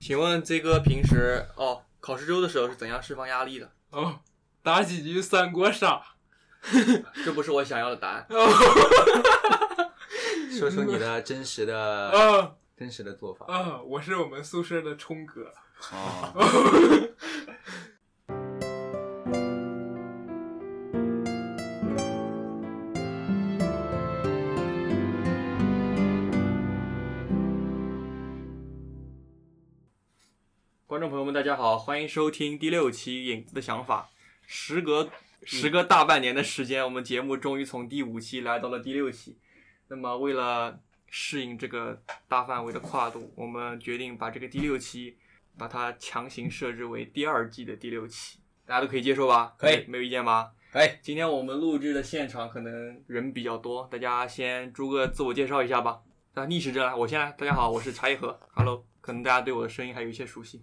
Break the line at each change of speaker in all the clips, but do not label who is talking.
请问这个平时哦，考试周的时候是怎样释放压力的？
哦，打几局三国杀，
这不是我想要的答案。
说出你的真实的、
啊
真实的做法。
啊！我是我们宿舍的冲哥，
哦，
观众朋友们，大家好，欢迎收听第六期《影子的想法》。时隔
嗯
时隔大半年的时间，我们节目终于从第五期来到了第六期。那么，为了适应这个大范围的跨度，我们决定把这个第六期把它强行设置为第二季的第六期，大家都可以接受吧？
可以
没有意见吧？
可以。
今天我们录制的现场可能人比较多，大家先逐个自我介绍一下吧。那逆时针啊来，我先来。大家好，我是茶叶盒，Hello，可能大家对我的声音还有一些熟悉。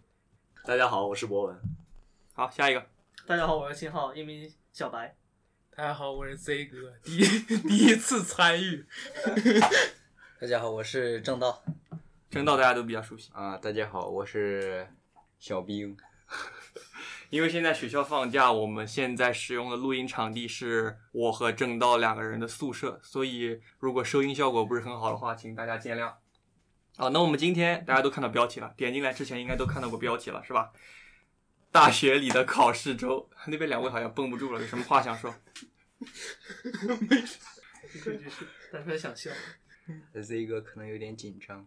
大家好，我是博文。
好，下一个，
大家好，我是信浩，一名小白。
大家好，我是 Z 哥，第 一第一次参与，
大家好，我是正道。
正道大家都比较熟悉，
啊，大家好，我是小兵。
因为现在学校放假，我们现在使用的录音场地是我和正道两个人的宿舍，所以如果收音效果不是很好的话，请大家见谅。啊，那我们今天大家都看到标题了，点进来之前应该都看到过标题了，是吧？大学里的考试周，那边两位好像绷不住了，有什么话想说？
单纯想笑。
Z 哥可能有点紧张。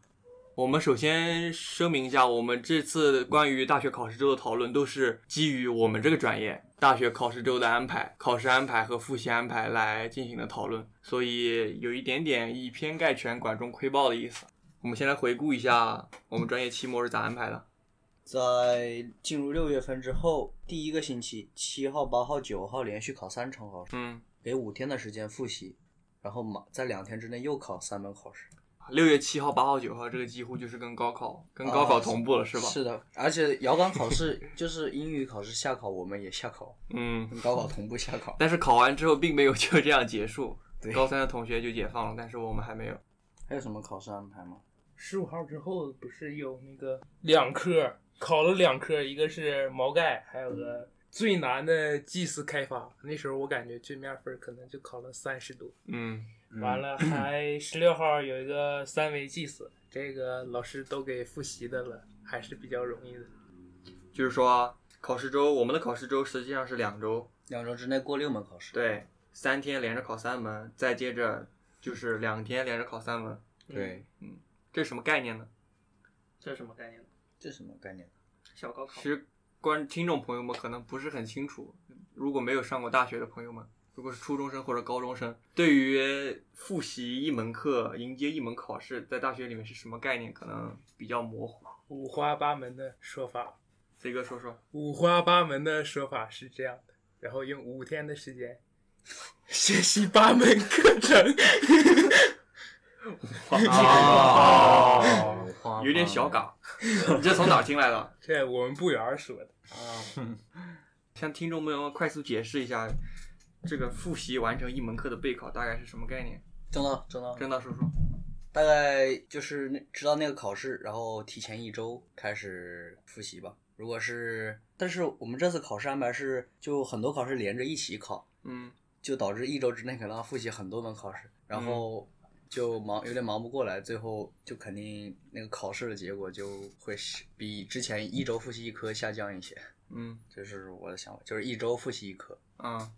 我们首先声明一下，我们这次关于大学考试周的讨论都是基于我们这个专业大学考试周的安排、考试安排和复习安排来进行的讨论，所以有一点点以偏概全、管中窥豹的意思。我们先来回顾一下我们专业期末是咋安排的。
在进入六月份之后，第一个星期七号、八号、九号连续考三场考试，
嗯，
给五天的时间复习，然后马在两天之内又考三门考试，
六月七号、八号、九号，这个几乎就是跟高考跟高考同步了，是吧？
是的，而且遥感考试 就是英语考试下考，我们也下考，
嗯，
跟 高考同步下考。
但是考完之后并没有就这样结束
对。
高三的同学就解放了，但是我们还没有。
还有什么考试安排吗？
十五号之后不是有那个两科，考了两科，一个是毛概，还有个最难的祭祀开发。那时候我感觉对面分儿可能就考了三十多，
嗯，
完了还十六号有一个三维祭祀，这个老师都给复习的了，还是比较容易的。
就是说考试周，我们的考试周实际上是两周，
两周之内过六门考试，
对，三天连着考三门，再接着就是两天连着考三门，
嗯
对，
这是什么概念呢？
这是什么概念？
这什么概念？
小高考
其。实观听众朋友们可能不是很清楚，如果没有上过大学的朋友们，如果是初中生或者高中生，对于复习一门课、迎接一门考试，在大学里面是什么概念，可能比较模糊。
五花八门的说法，
飞哥说说，
五花八门的说法是这样的，然后用五天的时间学习八门课程。
哦，
有点小 嘎， 你这从哪儿听来的？
这我们部员儿说的，
向听众朋友们快速解释一下，这个复习完成一门课的备考大概是什么概念？
正道，正道，
正道叔叔，
大概就是那知道那个考试，然后提前一周开始复习吧。如果是，但是我们这次考试安排是就很多考试连着一起考，
嗯，
就导致一周之内可能要复习很多门考试，然
嗯
后就忙有点忙不过来，最后就肯定那个考试的结果就会是比之前一周复习一科下降一些。
嗯
这是我的想法，就是一周复习一科。
啊，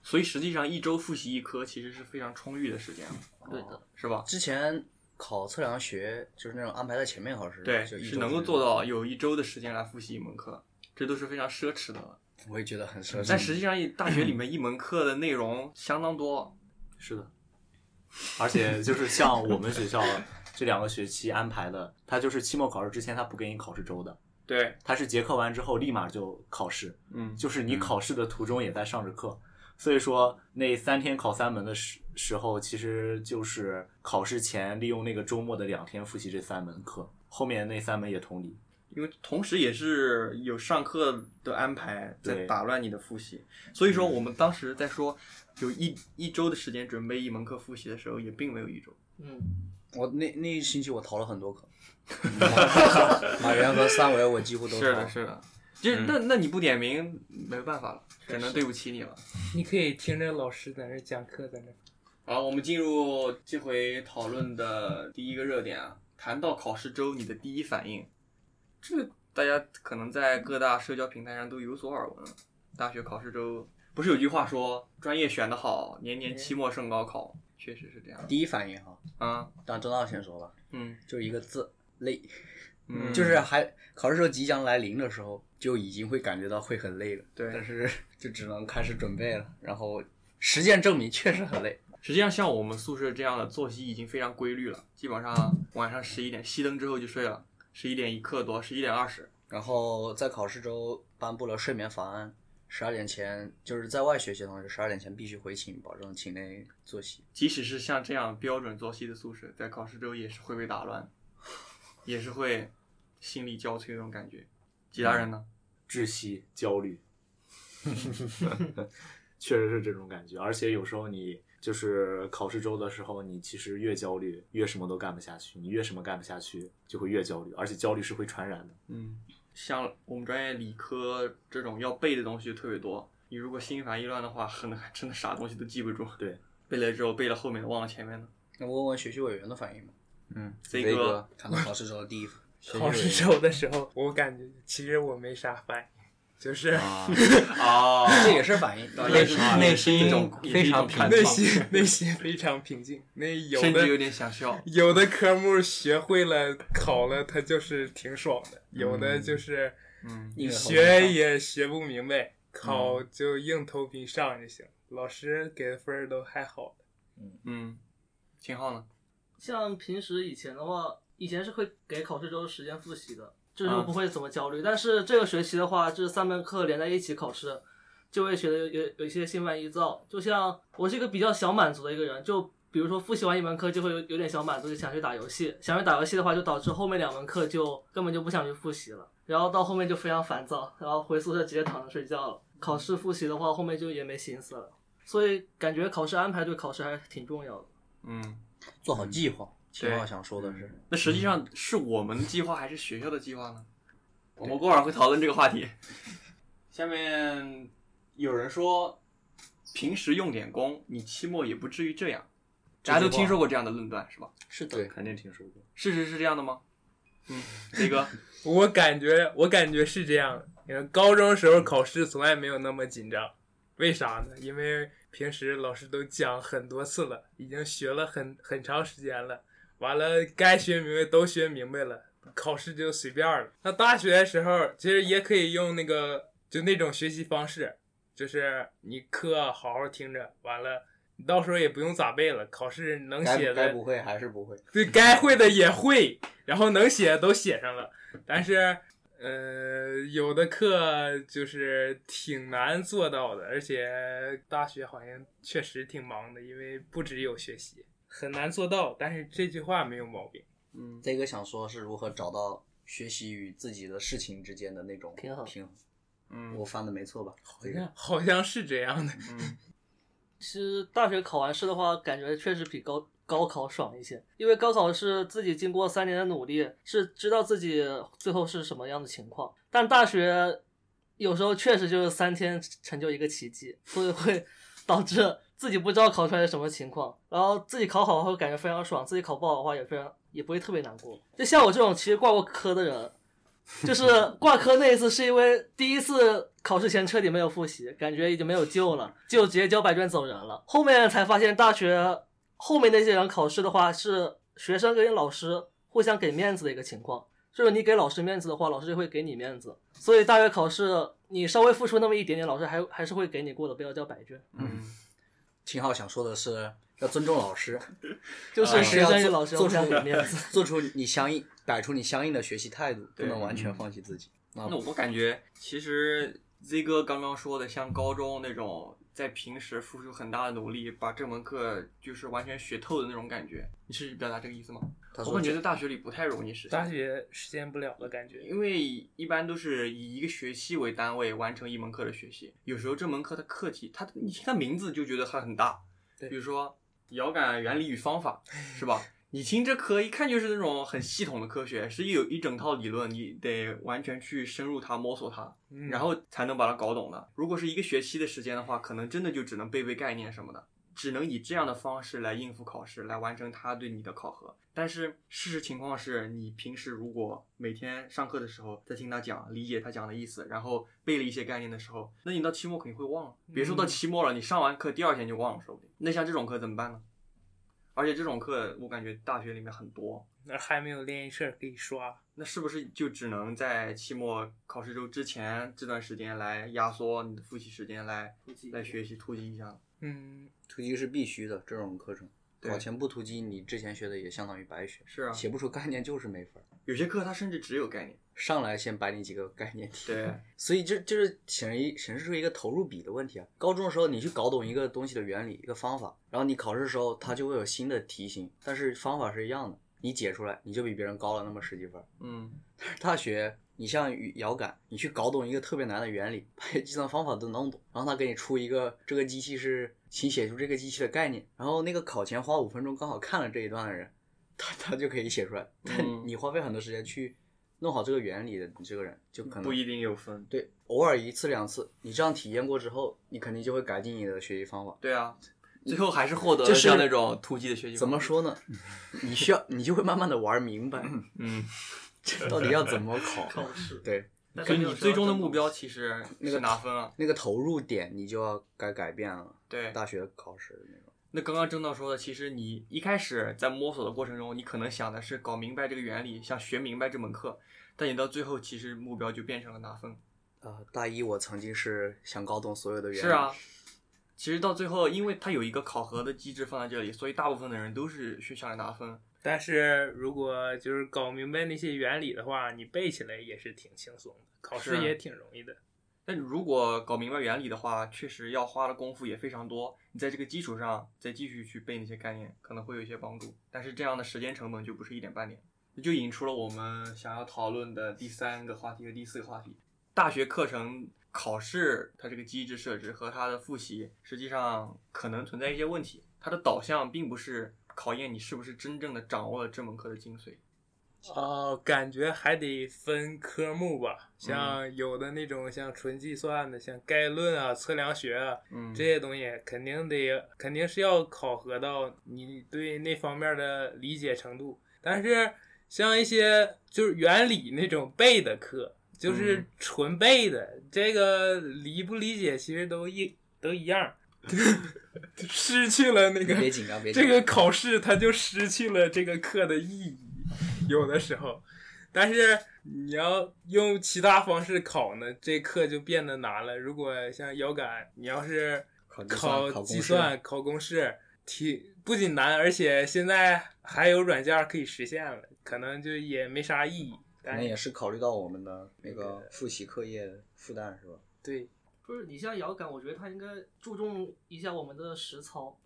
所以实际上一周复习一科其实是非常充裕的时间了，哦
对的，
是吧？
之前考测量学就是那种安排在前面考试，
对，
就是一周
能够
之内
做，到有一周的时间来复习一门课，这都是非常奢侈的了。
我也觉得很奢侈。
但实际上，一大学里面一门课的内容相当多，
是的，而且就是像我们学校这两个学期安排的，他就是期末考试之前他不给你考试周的，
对，
他是结课完之后立马就考试，
嗯，
就是你考试的途中也在上着课，所以说那三天考三门的时时候，其实就是考试前利用那个周末的两天复习这三门课，后面那三门也同理。
因为同时也是有上课的安排在
对
打乱你的复习，所以说我们当时在说有一一周的时间准备一门课复习的时候，也并没有一周。
嗯，
我那那一星期我逃了很多课，马原和三维我几乎都
是
抄
的，。是的。嗯就是那那你不点名没办法了，只能对不起你了。
你可以听着老师在那讲课，在那
好，我们进入这回讨论的第一个热点啊，谈到考试周，你的第一反应，这个大家可能在各大社交平台上都有所耳闻。大学考试周不是有句话说“专业选得好，年年期末胜高考”，确实是这样
第一反应哈，
啊。
让郑道先说吧，
嗯
就一个字累，
嗯，
就是啊还考试时候即将来临的时候，就已经会感觉到会很累了。
对
但是 就只能开始准备了，然后实践证明确实很累。
实际上像我们宿舍这样的作息已经非常规律了，基本上晚上十一点熄灯之后就睡了，十一点一刻多，十一点二十。
然后在考试周颁布了睡眠法案，十二点前就是在外学习的同学，十二点前必须回寝，保证寝内作息。
即使是像这样标准作息的宿舍，在考试周也是会被打乱，也是会心力交瘁那种感觉。其他人呢？
窒息、焦 虑，确实是这种感觉。而且有时候你就是考试周的时候，你其实越焦虑，越什么都干不下去。你越什么干不下去，就会越焦虑，而且焦虑是会传染的。
嗯，像我们专业理科这种要背的东西就特别多，你如果心烦意乱的话，可能还真的啥东西都记不住。
对，
背了之后背了后面的，忘了前面的。
那问问学习委员的反应吧。
嗯，
贼
哥
哥
看到考试周的第一反应，
考试周的时候，我感觉其实我没啥反应，就是
啊，
哦，
啊这也是反应，啊
也是
内
心一种
非常平
平
内心内心非常平静。那有
甚至有
的
点想笑。
有的科目学会了考了，它就是挺爽的；有的就是
嗯，
硬核
学也学不明白，考就硬头皮上就行。老师给的分儿都还好，
嗯，秦昊呢？
像平时以前的话，以前是会给考试周时间复习的，就是
啊
不会怎么焦虑。但是这个学期的话，这三门课连在一起考试，就会觉得有有有一些心烦意躁。就像我是一个比较小满足的一个人，就比如说复习完一门课就会有有点小满足，就想去打游戏。想去打游戏的话，就导致后面两门课就根本就不想去复习了，然后到后面就非常烦躁，然后回宿舍直接躺着睡觉了。考试复习的话，后面就也没心思了，所以感觉考试安排对考试还是挺重要的。
嗯，
做好计划。秦昊
对
想说的是，
那实际上是我们的计划还是学校的计划呢？我们过会儿会讨论这个话题。 下面有人说，平时用点功，你期末也不至于这样。大家都听说过这样的论断是吧？
是的，
肯定听说过。
事实是这样的吗？ 嗯，雷哥，
我感觉我感觉是这样的。你看，高中时候考试从来没有那么紧张，为啥呢？因为平时老师都讲很多次了，已经学了很很长时间了，完了该学明白都学明白了，考试就随便了。那大学的时候其实也可以用那个就那种学习方式，就是你课好好听着，完了你到时候也不用咋背了，考试能
该
写的
该不会还是不会。
对该会的也会，然后能写的都写上了，但是呃，有的课就是挺难做到的，而且大学好像确实挺忙的，因为不只有学习，很难做到。但是这句话没有毛病，
嗯，
这个想说是如何找到学习与自己的事情之间的那种
平衡
平衡。
嗯
我翻的没错吧？好
哎
好像是这样的。
嗯，
其实大学考完试的话，感觉确实比高高考爽一些，因为高考是自己经过三年的努力，是知道自己最后是什么样的情况。但大学有时候确实就是三天成就一个奇迹，所以会导致自己不知道考出来是什么情况。然后自己考好的话，感觉非常爽；自己考不好的话，也非常也不会特别难过。就像我这种其实挂过科的人， 就是挂科那一次，是因为第一次考试前彻底没有复习，感觉已经没有救了，就直接交白卷走人了。后面才发现，大学后面那些人考试的话，是学生跟老师互相给面子的一个情况，就是你给老师面子的话，老师就会给你面子。所以大学考试，你稍微付出那么一点点，老师还还是会给你过的，不要交白卷。
嗯
秦昊想说的是要尊重老师，
就是
但
学
啊要
生跟
做
老师
做
互
出
相给 面子。
做出你相应摆出你相应的学习态度，不
对嗯
能完全放弃自己。
那我感觉其实 Z 哥刚刚说的，像高中那种在平时付出很大的努力，把这门课就是完全学透的那种感觉，你是表达这个意思吗？
他
我
说
感觉在大学里不太容易实现。
大学实现不了的感觉，
因为一般都是以一个学期为单位完成一门课的学习，有时候这门课的课题，它你听它名字就觉得它很大，
对
比如说遥感原理与方法，是吧？你听这科一看就是那种很系统的科学，是有一整套理论，你得完全去深入它、摸索它，
嗯
然后才能把它搞懂的。如果是一个学期的时间的话，可能真的就只能背背概念什么的，只能以这样的方式来应付考试，来完成它对你的考核。但是事实情况是你平时如果每天上课的时候在听他讲，理解他讲的意思，然后背了一些概念的时候，那你到期末肯定会忘了。别说到期末了，你上完课第二天就忘了，说不定。那像这种课怎么办呢？而且这种课我感觉大学里面很多，
那还没有练习册可以刷，
那是不是就只能在期末考试周之前这段时间来压缩你的复习时间来来学习突击一下？
嗯，
突击是必须的，这种课程
对
考前不突击，你之前学的也相当于白学，
是啊，
写不出概念就是没分儿。
有些课它甚至只有概念。
上来先摆你几个概念题，
对，
所以这就是显示一显示出一个投入比的问题啊。高中的时候你去搞懂一个东西的原理、一个方法，然后你考试的时候它就会有新的题型，但是方法是一样的，你解出来你就比别人高了那么十几分儿。
嗯，
大学，你像遥感，你去搞懂一个特别难的原理，把计算方法都弄懂，然后他给你出一个这个机器是，请写出这个机器的概念，然后那个考前花五分钟刚好看了这一段的人，他他就可以写出来，
嗯
但你花费很多时间去弄好这个原理的，你这个人就可能
不一定有分。
对，偶尔一次两次，你这样体验过之后，你肯定就会改进你的学习方法。
对啊，最后还是获得了
嗯就是
像那种突击的学习。
怎么？说呢？你需要，你就会慢慢的玩明白，
嗯，
这到底要怎么考。
试。
对，
但
所
是
以你最终的目标其
其
实
那
是
个
拿分啊。
那个投入点你就要该改变了。
对，
大学考试那种。
那刚刚正道说的，其实你一开始在摸索的过程中，你可能想的是搞明白这个原理，想学明白这门课，但你到最后其实目标就变成了拿分。
啊，大一我曾经是想搞懂所有的原理。
是啊，，其实到最后，因为它有一个考核的机制放在这里，所以大部分的人都是去想着拿分。
但是如果就是搞明白那些原理的话，你背起来也是挺轻松的，考试
是啊
也挺容易的。
但如果搞明白原理的话，确实要花的功夫也非常多。你在这个基础上再继续去背那些概念，可能会有一些帮助。但是这样的时间成本就不是一点半点。这就引出了我们想要讨论的第三个话题和第四个话题：大学课程考试它这个机制设置和它的复习，实际上可能存在一些问题。它的导向并不是考验你是不是真正的掌握了这门课的精髓。
哦、感觉还得分科目吧，像有的那种像纯计算的，像概论啊、测量学啊
嗯，
这些东西，肯定得肯定是要考核到你对那方面的理解程度。但是像一些就是原理那种背的课，就是
嗯
纯背的，这个理不理解其实都一都一样， 失去了那个
别紧张，别 紧
这
张。
个考试它就失去了这个课的意义，有的时候。但是你要用其他方式考呢，这课就变得难了。如果像遥感，你要是
考计算
考
考公
计
式
算、考公式，挺不仅难，而且现在还有软件可以实现了，可能就也没啥意义。
可
但
能也是考虑到我们的那个复习课业的负担是吧？
对，
不是你像遥感，我觉得他应该注重一下我们的实操。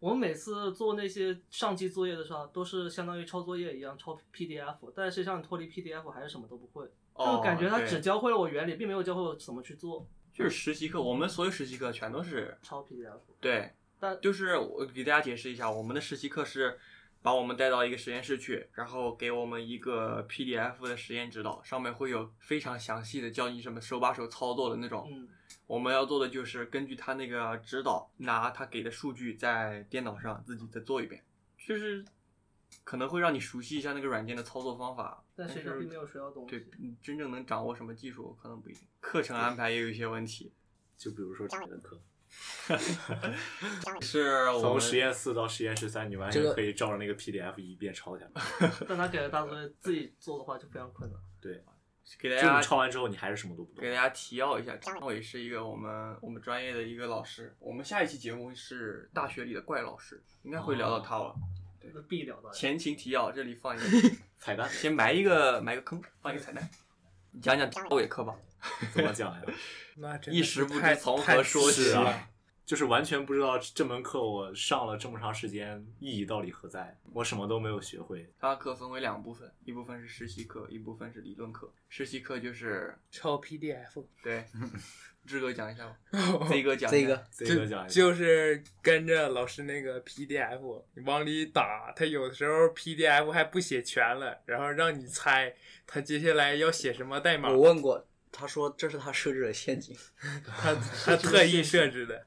我们每次做那些上期作业的时候，都是相当于抄作业一样抄 PDF，但实际上你脱离 PDF 还是什么都不会，
哦
就感觉他
对
只教会了我原理，并没有教会我怎么去做
就是实习课，我们所有实习课全都是
抄 PDF。
对，
但
就是我给大家解释一下，我们的实习课是把我们带到一个实验室去，然后给我们一个 PDF 的实验指导，上面会有非常详细的教你什么手把手操作的那种。
嗯，
我们要做的就是根据他那个指导，拿他给的数据在电脑上自己再做一遍，就是可能会让你熟悉一下那个软件的操作方法，
但实际上
是
并没有学到东
对
西。
你真正能掌握什么技术可能不一定。课程安排也有一些问题，
就比如说这门课，
是我
从
们
实验四到实验十三，你完
这
全
个
可以照着那个 PDF 一遍抄下来。
但他给了大作业，自己做的话就非常困难。
对，啊
给大
就
家
你抄完之后，你还是什么都不懂
给。大家提要一下，张伟是一个我们我们专业的一个老师。我们下一期节目是大学里的怪老师，应该会聊到他了。
那必了的。
前情提要，这里放一个，
彩蛋
先埋一个埋个坑，放一个彩蛋。你讲讲张伟课吧。
怎么讲呀？
那真的
一时不
太
知从
太
何说
刺激
起
是
啊
了
啊，就是完全不知道这门课我上了这么长时间意义到底何在，我什么都没有学会。
它课分为两部分，一部分是实习课，一部分是理论课。实习课就是
抄 PDF，
对，志哥讲一 下吧，Z 哥讲一下
这个
这个讲一 下，
就是跟着老师那个 PDF 往里打，他有的时候 PDF 还不写全了，然后让你猜他接下来要写什么代码
我，问过，他说这是他设置的陷阱，
他他特意设置的。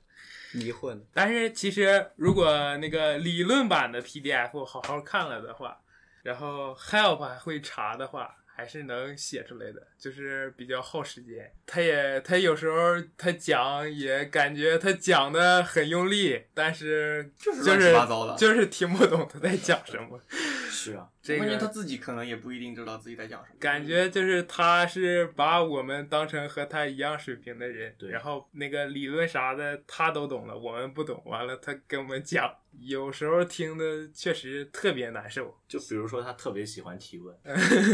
迷惑的。
但是其实如果那个理论版的 PDF 好好看了的话，然后 Help 还会查的话，还是能写出来的，就是比较耗时间。他也他有时候他讲也感觉他讲的很用力，但是
就是
就
乱
是
七八糟的
就是听不懂他在讲什么。
是啊，
这
关键他
个
自己可能也不一定知道自己在讲什么，
感觉就是他是把我们当成和他一样水平的人，
对
然后那个理论啥的他都懂了，我们不懂。完了，他跟我们讲，有时候听的确实特别难受。
就比如说他特别喜欢提 问，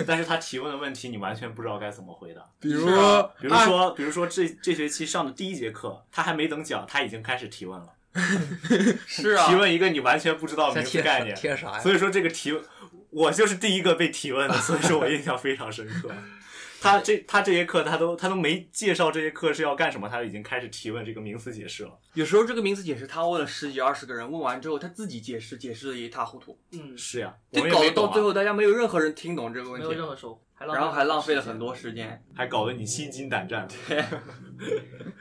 但是他提问的问题你完全不知道该怎么回答。
啊
比如，
比如说，比如说这这学期上的第一节课，他还没等讲，他已经开始提问了，
是啊
提，问一个你完全不知道
像
名
贴
词哦概念。
贴啥呀？
所以说这个提，我就是第一个被提问的，所以说我印象非常深刻。他这他这节课他都他都没介绍这节课是要干什么，他就已经开始提问这个名词解释了。
有时候这个名词解释他问了十几二十个人，问完之后他自己解释解释的一塌糊涂，
嗯，
是呀，我
就
们也
搞
没
得
懂
到
啊
最后大家没有任何人听懂这个问
没有任
题，
何收获，还浪费
然后还浪费了
时间
很多时间。
还搞得你心惊胆战。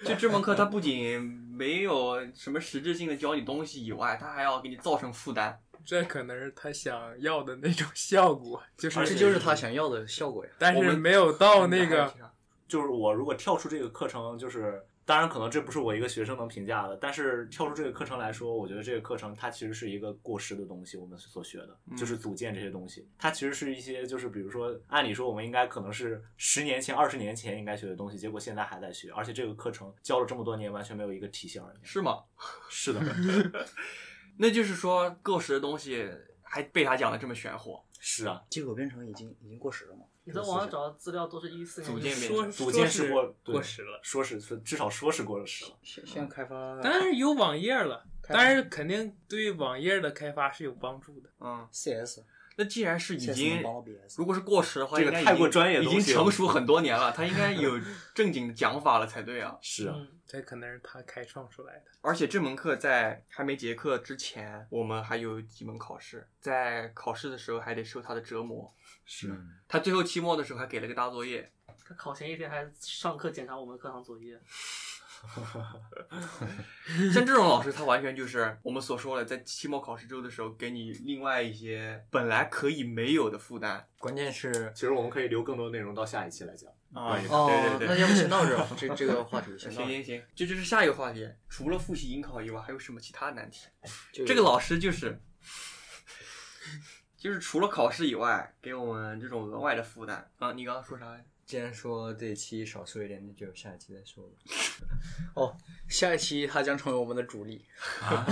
就这门课它不仅没有什么实质性的教你东西以外，它还要给你造成负担。
这可能是他想要的那种效果，就是
而
这
且
就是他想要的效果呀。
但
我
是
们
没有到那个，
就是我如果跳出这个课程，就是当然可能这不是我一个学生能评价的，但是跳出这个课程来说，我觉得这个课程它其实是一个过时的东西，我们所学的
嗯
就是组件这些东西，它其实是一些就是比如说，按理说我们应该可能是十年前、二十年前应该学的东西，结果现在还在学，而且这个课程教了这么多年，完全没有一个体系而言。
是吗？
是的，
那就是说过时的东西还被他讲的这么玄乎，
是啊，
结果变成已经已经过时了嘛？
你在网上找的资料都是一四年
组
以
件
前
变
说
组件
说
是
是
过对
过时了，
说是至少说是过时了。
现现在开发，
但是有网页了，
开发
但是肯定对网页的开发是有帮助的。
嗯，
CS
那既然是已
CS
经
能帮到 BS，
如果是过时的话，
这个
应该已
太
经
过专业的
已
东西
经
了
成熟很多年了，他应该有正经的讲法了才对啊。
是啊，
嗯，
这可能是他开创出来的。
而且这门课在还没结课之前，我们还有几门考试，在考试的时候还得受他的折磨。
是啊
他最后期末的时候还给了个大作业，
他考前一天还上课检查我们课堂作业，
像这种老师，他完全就是我们所说的，在期末考试周的时候，给你另外一些本来可以没有的负担
关键是
其实我们可以留更多内容到下一期来讲。
啊
哦
对，对
那
对。
要不先到这儿吧，这这个话题先
行
到这儿。
行行，这就是下一个话题。除了复习应考以外，还有什么其他难题？
这
这个老师就是，就是除了考试以外，给我们这种额外的负担啊！你刚刚说啥来着？
既然说这一期少说一点，那就下一期再说吧。 哦，下一期他将成为我们的主力。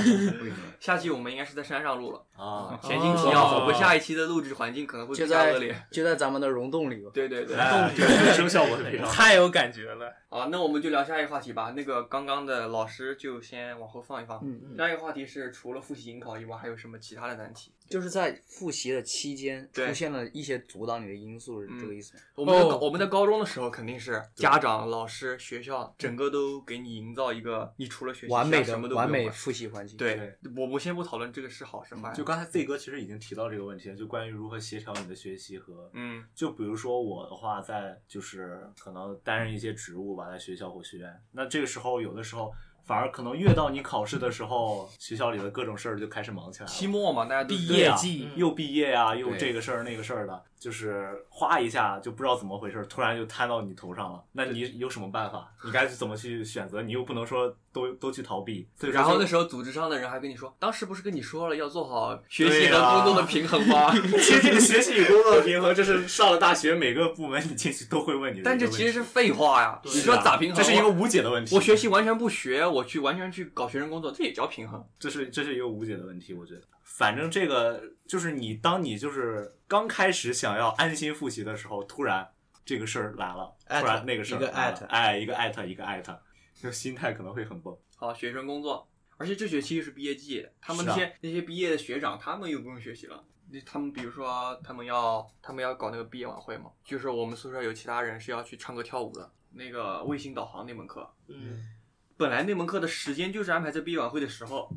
下期我们应该是在山上录了，
哦
啊，
前情提要，我们下一期的录制环境可能会
哦就
比较恶
在
劣。
就在咱们的溶洞里吧。
对对对，
哎对声效果是非常好。
太有感觉了，
啊，那我们就聊下一个话题吧。那个刚刚的老师就先往后放一放。
嗯，
下一个话题是，除了复习应考以外，还有什么其他的难题？
就是在复习的期间
对
出现了一些阻挡你的因素，是这个意思吗？
我们的、
哦
我们在高中的时候，肯定是家长、老师、学校，整个都给你营造一个，你除了学习，
完美
其他什么都
的
不用
完美
管
复习环境。，
对，我我先不讨论这个是好是坏，
就刚才 Z 哥其实已经提到这个问题了，就关于如何协调你的学习和，
嗯
就比如说我的话，在就是可能担任一些职务吧，在学校或学院，那这个时候有的时候反而可能越到你考试的时候，学校里的各种事儿就开始忙起来了。
期末嘛，大家都
毕
对
业
啊
嗯
季
又毕业呀、又
对
这个事儿那个事儿的，就是哗一下就不知道怎么回事，突然就摊到你头上了。那你有什么办法？你该怎么去选择？你又不能说都都去逃避。所以说
然后
就
那时候组织上的人还跟你说，当时不是跟你说了要做好学习
对啊
和工作的平衡吗？
其实这个学习与工作的平衡，这是上了大学每个部门你进去都会问你的一 个
但
问题。
这其实是废话呀！你
是啊
说咋平衡？
这是一个无解的问题。
我学习，完全不学，我去完全去搞学生工作，这也叫平衡。
这是这是一个无解的问题，我觉得。反正这个就是你，当你就是刚开始想要安心复习的时候，突然这个事儿来了，
艾
突
特
然那个事儿
一个
来
艾
了
特
哎，一个艾特一个艾特，就心态可能会很崩。
好，学生工作，而且这学期是毕业季，他们
是
那
啊
些、那些毕业的学长，他们又不用学习了。那他们比如说，他们要他们要搞那个毕业晚会嘛，就是我们宿舍有其他人是要去唱歌跳舞的。那个卫星导航那门课，
嗯，
本来那门课的时间就是安排在毕业晚会的时候，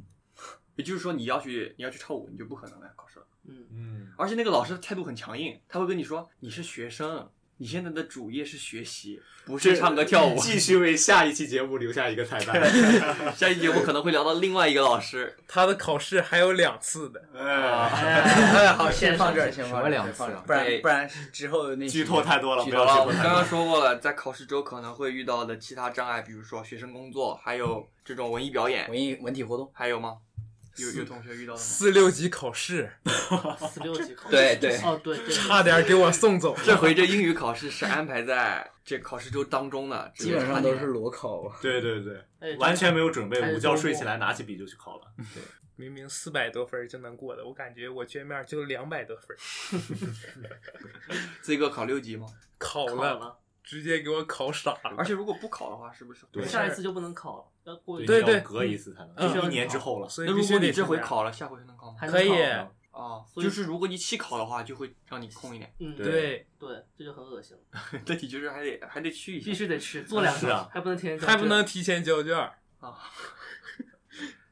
也就是说你要去你要去跳舞，你就不可能来考试了。
嗯，
嗯，
而且那个老师态度很强硬，他会跟你说你是学生，你现在的主业是学习，不是唱歌跳舞。
继续为下一期节目留下一个彩 蛋。
下一集我可能会聊到另外一个老师，
他的考试还有两次的，
哎，
哎，好，
先
先放这儿，
先
先
什
放
么
这儿，
两
先
次
放这儿
啊？
不
对
然不然之后那
剧透太多了，不
举
要
了吧，
剧
我
透
刚
太
刚
多。
说过了，在考试周可能会遇到的其他障碍，比如说学生工作，还有这种文艺表演，
文艺文体活动。
还有吗？有有同学遇到了吗？
四六级考试
四六级考，
对对
哦对对，
差点给我送走。
这回这英语考试是安排在这考试周当中的，
基本上都是裸考啊吧，
对对对，
哎
完全没有准
还
备，
是
午觉睡起来拿起笔就去考了。
明明四百多分儿就能过的，我感觉我卷面就两百多分儿，
这个考六级吗？
考
考
了，
了，
直接给我考傻
而
了。
且如果不考的话，是不是？
对
下一次就不能考了，要过
对
你
对
要隔一次才
嗯
能，就一年之后了。
所以
那
必
如
须
果你
得
这回
重来，
考了，下回还能考吗
还？能
可以
啊，
考，所以
就是如果你弃考的话，就会让你空一点。
嗯
对
对，
对，这就很恶心了，
那你就是还得还得去一
必
下
须得吃，做两
是
个
啊，
还不能天天
还不能，提前交卷儿。
啊。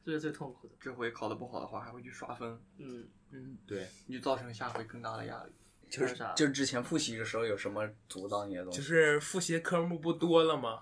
这是最痛苦的，
这回考的不好的话，还会去刷分，
嗯，
对，
你就造成下回更大的压力。
就
还有
是
啥
就是之前复习的时候有什么阻挡你的东西？
就是复习科目不多了嘛，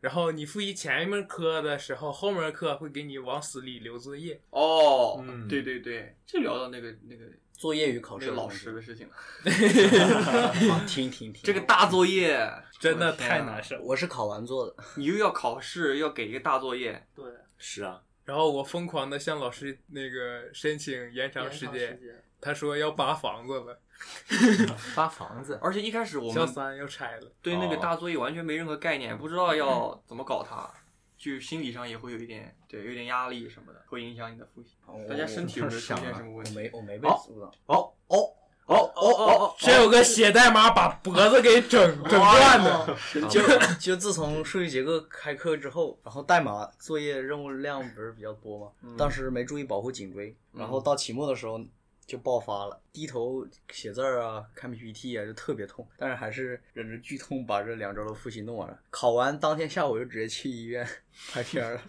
然后你复习前面科的时候，后面课会给你往死里留作业。
哦，
嗯
对对对，就聊到那个那个
作业与考
那
试
个
的
老
东西
师的事情了。
啊，听听听，
这个大作业
真
我
的
天
太
啊
难受了。
我是考完做的，
你又要考试，又要给一个大作业，
对，
是啊，
然后我疯狂的向老师那个申请延长
延
时
长
间，
间，
他说要扒房子了，
扒房子，
而且一开始我
小
们
三要拆了。
对那个
哦
大作业完全没任何概念，不知道
嗯
要怎么搞它，就心理上也会有一点对，有点压力什么的，会影响你的复习。大家身体有没有出现什么问
我
题？
没我没被
好
阻挡，
哦哦哦哦哦
这有个写代码把脖子给整整断
哦
的，
就就自从数学结构开课之后，然后代码作业任务量不是比较多嘛，
嗯
当时没注意保护颈椎，然后到期末的时候就爆发了，低头写字儿啊，看 PPT 啊，就特别痛，但是还是忍着剧痛把这两周的复习弄完了。考完当天下午就直接去医院拍片儿了，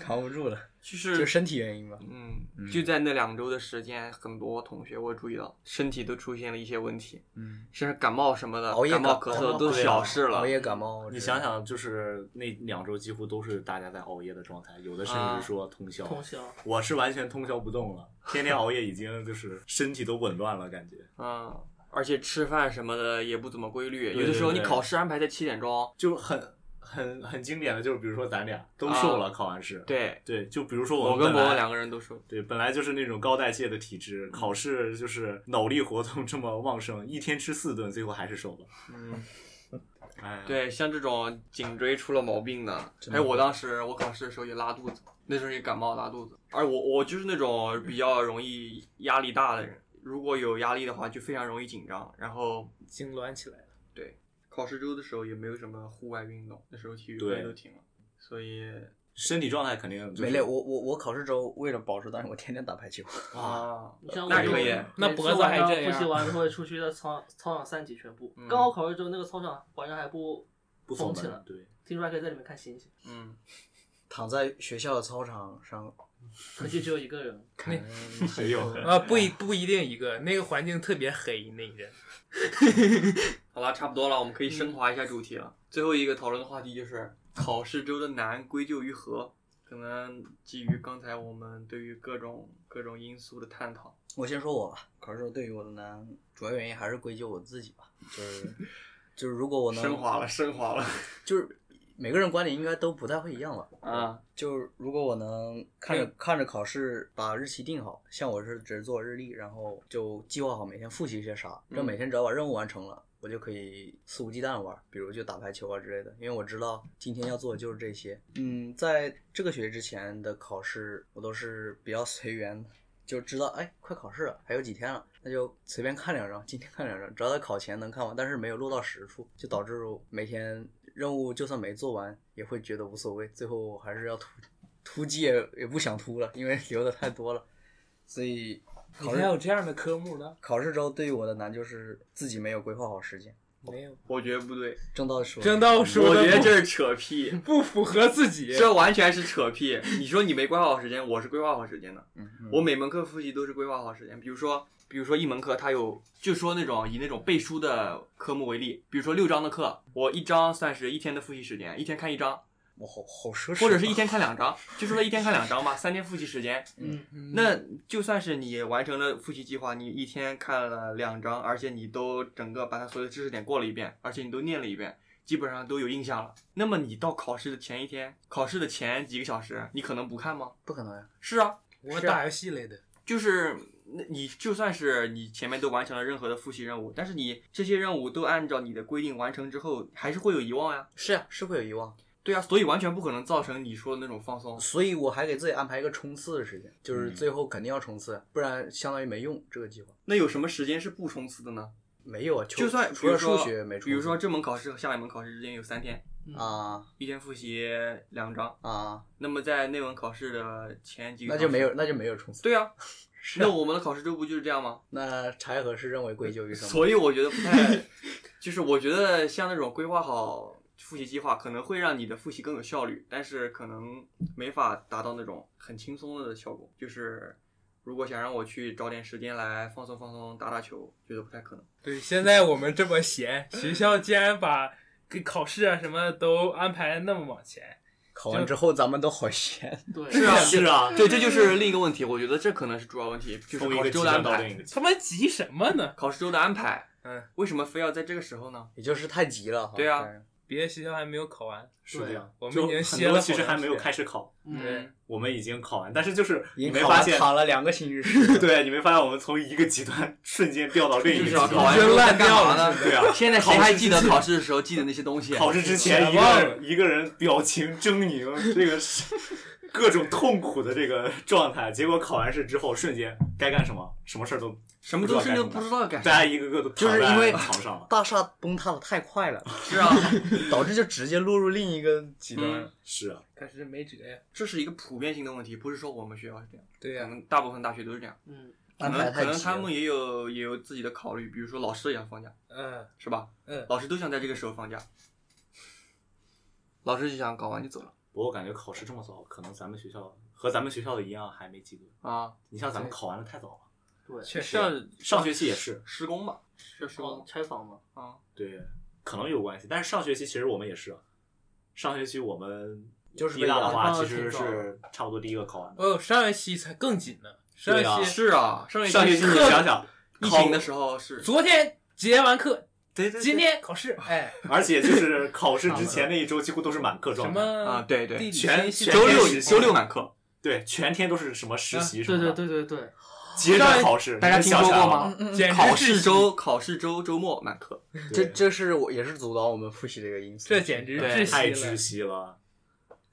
扛不住了，
就是
就身体原因吧。
嗯，就在那两周的时间，很多同学我注意到身体都出现了一些问题，
嗯，
甚至感冒什么的，
熬夜
感冒
感
咳
感
嗽
冒
都是
对啊
小事了
熬。夜感冒，
你想，想，就是那两周几乎都是大家在熬夜的状态，有的甚
啊
至说通宵。
通宵，
我是完全通宵不动了，天天熬夜已经就是身体都紊乱了，感觉。
嗯，而且吃饭什么的也不怎么规律，
对
有的时候你
对对
考试安排在七点钟，
就很很很经典的就是，比如说咱俩都瘦了，考完试，
啊对
对，就比如说
我
们
跟
本
博文
来
两个人都说，
对本来就是那种高代谢的体质，考试就是脑力活动这么旺盛，一天吃四顿，最后还是瘦了。
嗯，
哎，，
对，像这种颈椎出了毛病的，
啊真
还
的
有我当时我考试的时候也拉肚子，那时候也感冒拉肚子，而我我就是那种比较容易压力大的人，如果有压力的话就非常容易紧张，然后
痉挛起来了。
对考试周的时候也没有什么户外运动，那时候体育课
对
都停了，所以
身体状态肯定就是
没累，我我我考试周为了保持，但是我天天打排球。
啊，
你像我
那
就
可以
那
每次
脖子还
晚上
这样
复习完会出去在操操场散几圈步
嗯，
刚好考试之后，那个操场晚上还不
不
封
锁
起
门
来，，
对，
听说还可以在里面看星星，
嗯，
躺在学校的操场上
可惜只有一个人。
看
没有
嗯
啊，不一不一定一个，那个环境特别黑，那人
好了，差不多了，我们可以升华一下主题了。最后一个讨论的话题就是考试周的难归咎于何？可能基于刚才我们对于各种各种因素的探讨，
我先说我吧，考试对于我的难，主要原因还是归咎我自己吧，就是就是如果我能
升华了，升华了
就是每个人观点应该都不太会一样吧。
啊！嗯
就是如果我能看着看着考试把日期定好，像我是只做日历，然后就计划好每天复习些啥，这
嗯
每天只要把任务完成了，我就可以肆无忌惮地玩，比如就打排球啊之类的，因为我知道今天要做的就是这些。嗯，在这个学期之前的考试，我都是比较随缘的。就知道哎，快考试了，还有几天了，那就随便看两章，今天看两章，只要在考前能看完，但是没有落到实处，就导致每天任务就算没做完，也会觉得无所谓，最后还是要突突击也也不想突了，因为留的太多了，所以
你
考
还
试
有这样的科目呢？
考试周对于我的难就是自己没有规划好时间，
没 有，
我觉得不对，
正道说
正道说
我
的
觉得
不
这是扯屁，
不符合自己。
这完全是扯屁。你说你没规划好时间，我是规划好时间的。
嗯
我每门课复习都是规划好时间，比如说，比如说一门课它有，就说那种以那种背书的科目为例，比如说六章的课，我一章算是一天的复习时间，一天看一章，
我好好奢侈，啊
或者是一天看两章，就说一天看两章吧，三天复习时间。
嗯，嗯
那就算是你完成了复习计划，你一天看了两章，而且你都整个把它所有的知识点过了一遍，而且你都念了一遍，基本上都有印象了。那么你到考试的前一天，考试的前几个小时，你可能不看吗？
不可能呀、
是啊，
我打游戏来的，
就是那你就算是你前面都完成了任何的复习任务，但是你这些任务都按照你的规定完成之后，还是会啊有遗忘呀。
是呀、是会有遗忘。
对啊，所以完全不可能造成你说的那种放松。
所以我还给自己安排一个冲刺的时间，就是
嗯
最后肯定要冲刺，不然相当于没用这个计划。
那有什么时间是不冲刺的呢？
没有啊，就
就算
除了数学没冲刺，
比如说这门考试和下一门考试之间有三天，
啊
一天复习两章，
啊，
那么在那门考试的前几个
那就
小时
没有。那就没有冲刺。
对啊，
是
那
啊
我们的考试周不就是这样吗？
那柴禾是认为归咎于什么？
所以我觉得不 太，就是我觉得像那种规划好复习计划，可能会让你的复习更有效率，但是可能没法达到那种很轻松的效果。就是如果想让我去找点时间来放松放松、打打球，觉得不太可能。
对，现在我们这么闲， 学校竟然把给考试啊什么都安排那么往前，
考完之后咱们都好闲，
对，
是啊，
是啊，
对，这就是另一个问题。我觉得这可能是主要问题，就是
从一
考
个
试
极
周的安
端到另
排。
一个极
他妈急什么呢？
考试周的安排，
嗯，
为什么非要在这个时候呢？
也就是太急了哈。
对啊
但是，
别的学校还没有考完，
是这样。
我们
就
已经
很
歇了好
多其实
长
还没有
时间
开始考，
嗯，
我们已经考完，但是就是
已经
你没
考
发
完
现，，
躺了两个星期时
对，你没发现我们从一个极端瞬间掉到另一
就
个极
是啊，
端？
考完之后在干嘛呢？
对啊，
现在谁还记得考试的时候记得那些东西？
考试之前一个人一个人表情狰狞，这个是各种痛苦的这个状态，结果考完试之后瞬间该干什么，什么事儿都
什么东西都不知道干
大
啥
家。一个个都
就
躺
是
在
因为
床
啊
上了。
大厦崩塌的太快了，
是啊，
导致就直接落入另一个极端。
嗯
是啊，
但是没辙呀。
这是一个普遍性的问题，不是说我们学校是 这样，
对
可
嗯
呀、
能大部分大学都是这样。
嗯，
可
安
能
排
可
太
能
急
他
了
们。也有也有自己的考虑，比如说老师也想放假，
嗯
是吧？
嗯，
老师都想在这个时候放假，老师就想搞完就走了
不过我感觉考试这么早，可能咱们学校和咱们学校的一样还没及格。
啊。
你像咱们考完了太早了，
对，
确实，
像
上学期也是，
施工吧，是施
哦
工
拆房嘛，
啊。
对，可能有关系。但是上学期其实我们也是，上学期我们
就是
一大的话
被
其
压
实
得挺早
是差不多第一个考完的。
哦，上学期才更紧呢。上
对啊
学期、
是啊，上
上学
学
期
期
你
课
想想，
疫
考
情的时候是，
昨天结完课，
对对
今天考试，哎，
而且就是考试之前那一周几乎都是满课
什
状
么
态，
啊，对对，
地理
全
信息啊
全
周
天
六
实习
周六满课，
对，全天都是什么实习什
对
么
对
的，
对对对，
接着考试，
大家
你
听
想啊
说
起
过
来了
吗？？
简直
嗯考
窒
试
息，
周考试周周末满课，
这
对
这是我也是阻挡我们复习的一个因素。
这简直
对
窒
太
息
窒
了。
息了。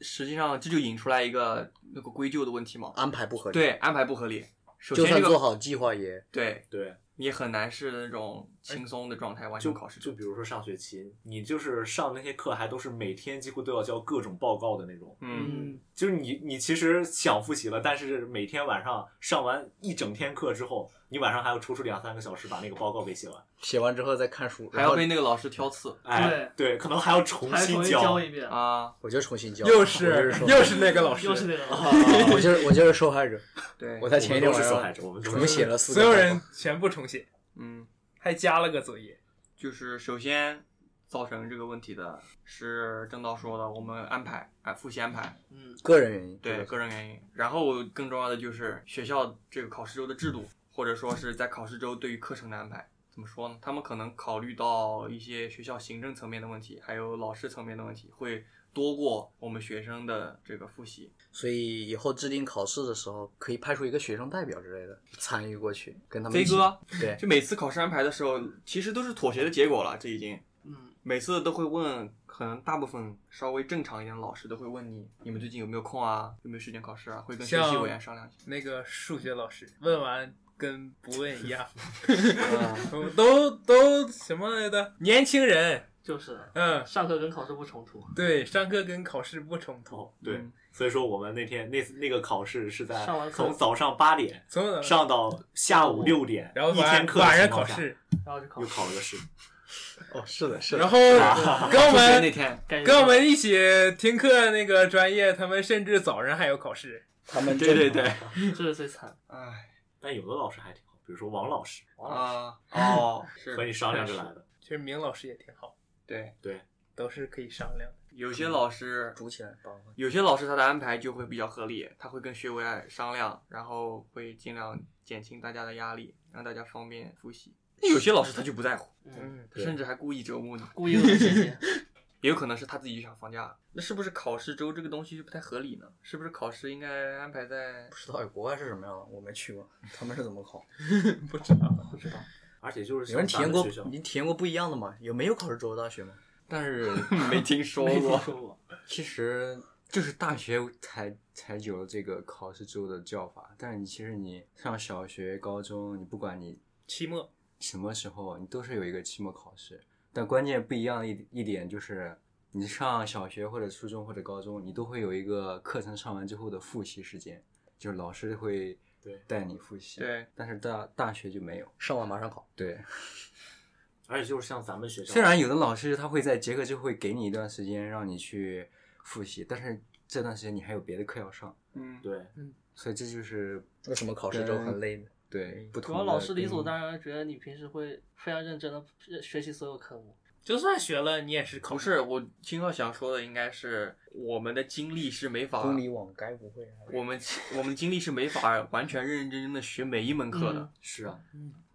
实际上这就引出来一个那个归咎的问题嘛。
安排不合理，
对，安排不合理。首
就
先这
算
个
做好计划也
对
对，
你很难是那种
哎
轻松的状态完
就
成考试。
就比如说上学期，你就是上那些课，还都是每天几乎都要交各种报告的那种。
嗯，
就是你你其实想复习了，但是每天晚上上完一整天课之后，你晚上还要抽出两三个小时把那个报告给写完。
写完之后再看书，
还
然
要
后
被那个老师挑刺
哎，对，可能还要重
还
新
重新
教
教。一 遍，
啊！
我就重新教，
又
我
是
就是受
又是那个老师
又，是那个老师，
我就是我就是受害者。
对
我
我
在前一天
们都
晚
是受
上
害者，我们都是
重写了四个
所
报
有
告，
人全部重写，
嗯，
还加了个作业。
就是首先造成这个问题的是正道说的，我们安排哎复习安排
嗯，
个人原因。
对
这个
个人原因，然后更重要的就是学校这个考试周的制度，或者说是在考试周对于课程的安排。怎么说呢？他们可能考虑到一些学校行政层面的问题，还有老师层面的问题，会多过我们学生的这个复习。
所以以后制定考试的时候，可以派出一个学生代表之类的参与过去，跟他们
飞
一起。
哥，
对，
就每次考试安排的时候，其实都是妥协的结果了，这已经。
嗯，
每次都会问，可能大部分稍微正常一点的老师都会问你，你们最近有没有空啊？有没有时间考试啊？会跟学习
像
委员商 量一下。
那个数学老师问完跟不问一样，嗯
啊，
都都什么来的？年轻人，
就是
嗯，
上课跟考试不冲突，
对，上课跟考试不冲突，
哦，对，所以说我们那天那那个考试是在
嗯上完课嗯
从早上八点
从哪
上到下午六点，
然后
一天
晚
课的
晚上
情况
考
下
试，
然后就考
又。考了 个试。
哦，是的，是的，
然后跟我
就是那
们
天，
感觉
跟我们一起听课那个专业，他们甚至早上还有考试，
他们
对对
真
对，
这是最惨的。
哎
但有的老师还挺好，比如说王老师
王老师
啊 哦，是
和你商量着来的。
其实明老师也挺好，
对，
都是可以商量的。
有些老师
煮起来，帮我
有些老师他的安排就会比较合理，他会跟学委商量，然后会尽量减轻大家的压力，让大家方便复习。有些老师他就不在乎，
嗯，
嗯，
他甚至还故意折磨你，
故意恶心姐姐，
也有可能是他自己就想放假了。那是不是考试周这个东西就不太合理呢？是不是考试应该安排在
不知道国外是什么样的，我没去过，他们是怎么考？
嗯不知道，
不知道？
而且就是
有人体
像咱
验
们
过
学校，
你体验过不一样的吗？有没有考试州的大学吗？
但是没听说
没听
过。
说过。
其实就是大学才才有了这个考试周的叫法，但是你其实你上小学、高中，你不管你
期末
什么时候，你都是有一个期末考试。但关键不一样的一一点就是，你上小学或者初中或者高中，你都会有一个课程上完之后的复习时间，就是老师会
对
带你复习。，
对，
但是大大学就没有，上完马上考。对，
而且就是像咱们学校，
虽然有的老师他会在结课之后会给你一段时间让你去复习，但是这段时间你还有别的课要上，
嗯，
对
所以这就是
为什么考
试周很哎
累呢？
对不
主
同的。
要老师理
啊
所当然觉得你平时会非常认真的学习所有科目，
就算学了，你也是考
不是我青少想说的，应该是我们的经历是没法
公理网该不会啊
我们我们经历是没法完全认认真真的学每一门课的。
嗯
是啊，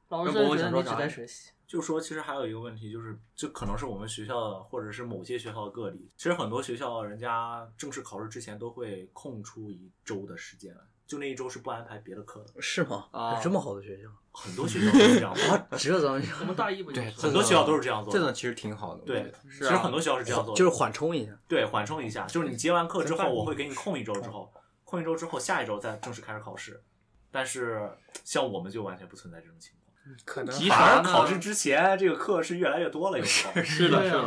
老师
那我
觉
想
得你
说
只
啥
在
呀
学习。
就说其实还有一个问题，就是这可能是我们学校的或者是某些学校的个例。其实很多学校人家正式考试之前都会空出一周的时间来，就那一周是不安排别的课的。
是吗？
啊
有这么好的学校
很多学校都是这样的，
啊？只有咱们
我们大一不就
对
是
很多学校都是这样做
这种
的。
其实挺好的，我觉
对
得，
其
是啊
实很多学校是这样做的，
就是缓冲一下。
对缓冲一下，就是你结完课之后，我会给你空一周之后，空一周之后下一周再正式开始考试。但是像我们就完全不存在这种情况，
可能
急
反
啥
而
呢？
考试之前这个课是越来越多了，有时候。
是的，
对
是
啊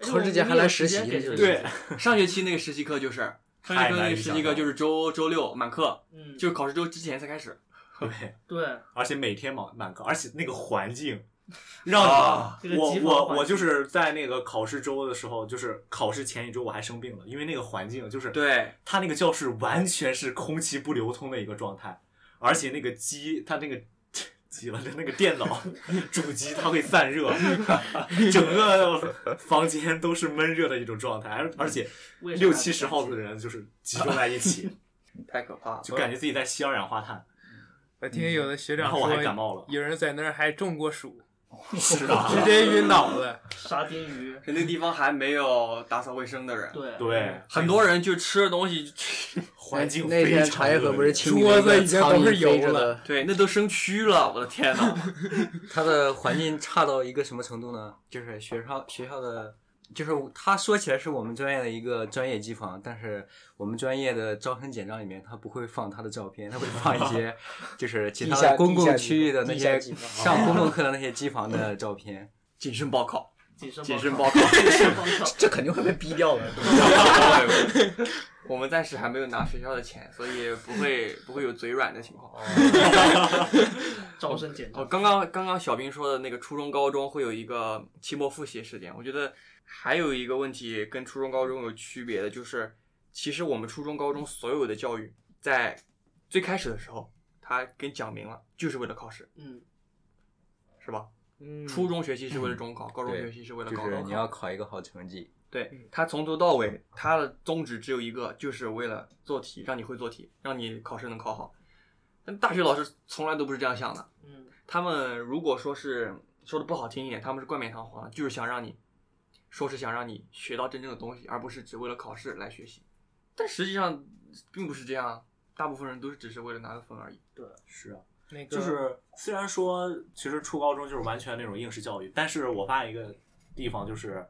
的。
考试之前还来实习
哎我们有时间
这
给自
就
己
是
对，
上学期那个实习课就是 上学期那个实习课就是周周六满课，
嗯，
就是考试周之前才开始。
对，
对，
而且每天满满课，而且那个环 境让你、
啊
这个
我
集合
我
环
我就
境
是在那个考试周的时候，就是考试前一周我还生病了，因为那个环境就是
对，
他那个教室完全是空气不流通的一个状态，而且那个机它那个。机了，那个电脑主机它会散 热，整个房间都是闷热的一种状态，而而且
为啥
六七十号的人就是集中在一起，
太可怕了。
就感觉自己在吸二氧化 碳。
我听有的学
然
长
后
说，
嗯我还感冒了
有人在那儿还中过暑，
是啊，
直接晕倒了。
沙丁鱼，
那地方还没有打扫卫生的人，
对，
对，
很多人就吃的东西，
环境
那天
非常
茶叶盒不是
恶劣
清理了
桌子
一个
已经
苍
都
蝇
是油
飞着
了
的，
对，那都生蛆了，我的天 呐！
它的环境差到一个什么程度呢？就是学校学校的，就是他说起来是我们专业的一个专业机房，但是我们专业的招生简章里面，他不会放他的照片，他 会放一些就是其他
地
的
下
公
地
共
下
区域的那
地下
些
机房
上公共课的那些机房的照片。
谨慎报考，
谨慎
谨
报
慎
告
报考。
谨慎报告
这肯定会被逼掉的。
我们暂时还没有拿学校的钱，所以不会不会有嘴软的情况。
招生简
哦，
章，
刚刚刚刚小兵说的那个初中、高中会有一个期末复习时间，我觉得还有一个问题跟初中、高中有区别的，就是其实我们初中、高中所有的教育在最开始的时候，他跟讲明了，就是为了考试，
嗯
是吧？
嗯，
初中学习是为了中考，高中学习是为了
就
高
是
中
你要
考。
考一个好成绩，
对他从头到尾，他的宗旨只有一个，就是为了做题，让你会做题，让你考试能考好。但大学老师从来都不是这样想的，
嗯
他们如果说是说的不好听一点，他们是冠冕堂皇的，就是想让你说是想让你学到真正的东西，而不是只为了考试来学习。但实际上并不是这样，啊大部分人都是只是为了拿个分而已。
是啊，
那个
就是虽然说其实初高中就是完全那种应试教育，但是我发现一个地方就是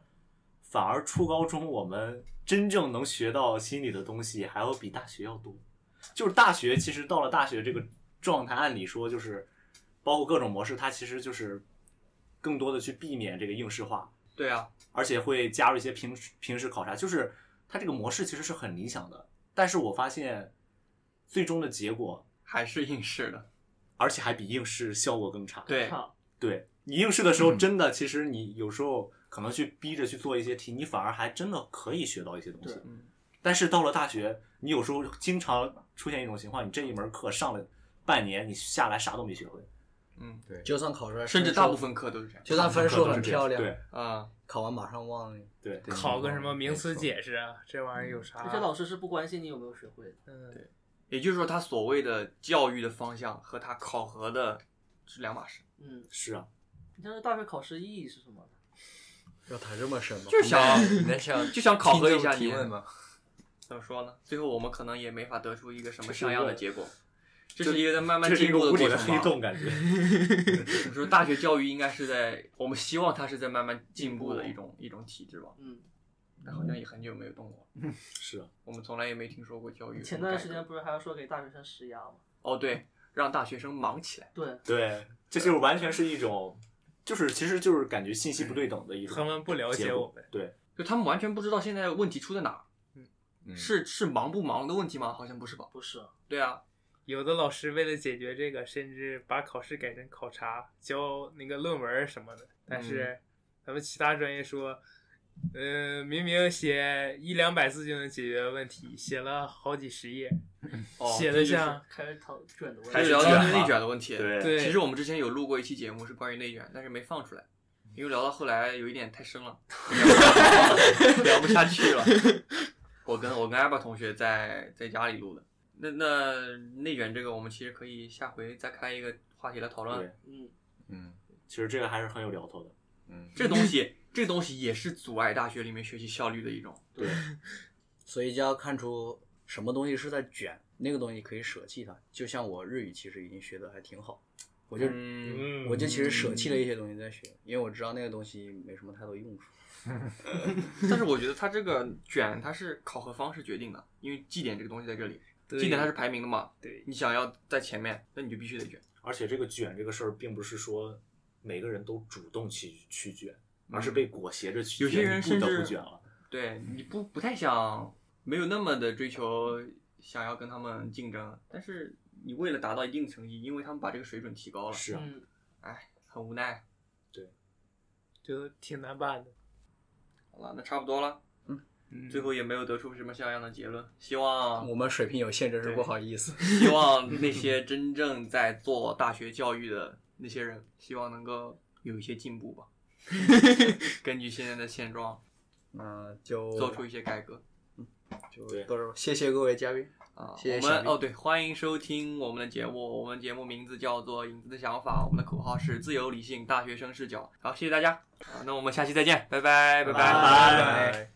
反而初高中我们真正能学到心理的东西还要比大学要多。就是大学其实到了大学这个状态，按理说就是包括各种模式，它其实就是更多的去避免这个应试化，
对啊，
而且会加入一些平时平时考察，就是它这个模式其实是很理想的。但是我发现最终的结果，
还是应试的。
而且还比应试效果更差。
对，
啊
差
对你应试的时候，
嗯
真的，其实你有时候可能去逼着去做一些题，你反而还真的可以学到一些东西
对。
嗯
但是到了大学，你有时候经常出现一种情况，你这一门课上了半年，你下来啥都没学会，
嗯，
就算考出来，
甚至大部分课都是这样。
就算分数很漂亮，
对
啊，
考完马上忘了。
对，
对
考个什么名词解释啊，这玩意儿有啥？
而且老师是不关心你有没有学会的。
嗯，
也就是说，他所谓的教育的方向和他考核的是两码事。
嗯，
是啊，
你像这大学考试意义是什么呢？
要谈这么深吗？
就是想
你在想
就想考核一下
听这
你
种提问吗？
怎么说呢？最后我们可能也没法得出一个什么
这是
像
一
样
个
的结果。这是一个在慢慢
这是
进
一
步
个无
过
理的
程
黑
吧。
洞 感觉。
我说大学教育应该是在，我们希望它是在慢慢进步的一种一种体制吧。
嗯，
但好像也很久没有动过了，
是啊，
我们从来也没听说过教育有什
前
么
段
改
时
革
间不是还要说给大学生施压吗？
哦，对，让大学生忙起来。
对，
对，这就是完全是一种，就是其实就是感觉信息不对等的一
他
种
们不了
结
解我
果
们。。
对，
就他们完全不知道现在问题出在哪儿，
嗯
是是忙不忙的问题吗？好像不是吧？
不是，
对啊，
有的老师为了解决这个，甚至把考试改成考察，教那个论文儿什么的。但
嗯
是咱们其他专业说，嗯、明明写一两百字就能解决问题，写了好几十页，
哦，
写的像
开始讨卷的问
还是
题
始。
聊
卷
到
了
内卷的问题。
对
对
其实我们之前有录过一期节目是关于内卷，但是没放出来，因为聊到后来有一点太深 了，聊不下去了。我跟我跟艾巴同学在在家里录的。那那内卷这个，我们其实可以下回再开一个话题来讨论
对。
嗯，
嗯
其实这个还是很有聊头的。
嗯，
这东西，这东西也是阻碍大学里面学习效率的一种。
对，
所以就要看出什么东西是在卷，那个东西可以舍弃它。就像我日语其实已经学的还挺好，我就、
嗯，
嗯
我就其实舍弃了一些东西在学，因为我知道那个东西没什么太多用处。
但是我觉得它这个卷，它是考核方式决定的，因为绩点这个东西在这里，
对
绩点它是排名的嘛。
对
你想要在前面，那你就必须得卷。
而且这个卷这个事儿，并不是说每个人都主动去去卷，而
嗯
是被裹挟着去卷，
有些人
你不
甚
得不
至
卷了。
对，你不不太想，没有那么的追求，想要跟他们竞争，但是你为了达到一定成绩，因为他们把这个水准提高了，哎
是啊，
嗯，
很无奈。
就挺难办的。
好了，那差不多了，
嗯
最后也没有得出什么像样的结论。希望
啊我们水平有限，真是
对
不好意思。
希望那些真正在做大学教育的那些人，希望能够有一些进步吧。 根据现在的现状，
嗯，就
做出一些改革
就
对
到时候谢谢各位嘉宾，
啊！
谢谢
我们
小丽
哦对，欢迎收听我们的节目，我们节目名字叫做《影子的想法》，我们的口号是自由理性大学生视角。好，谢谢大家，好，那我们下期再见，拜拜，拜
拜
拜
拜
拜。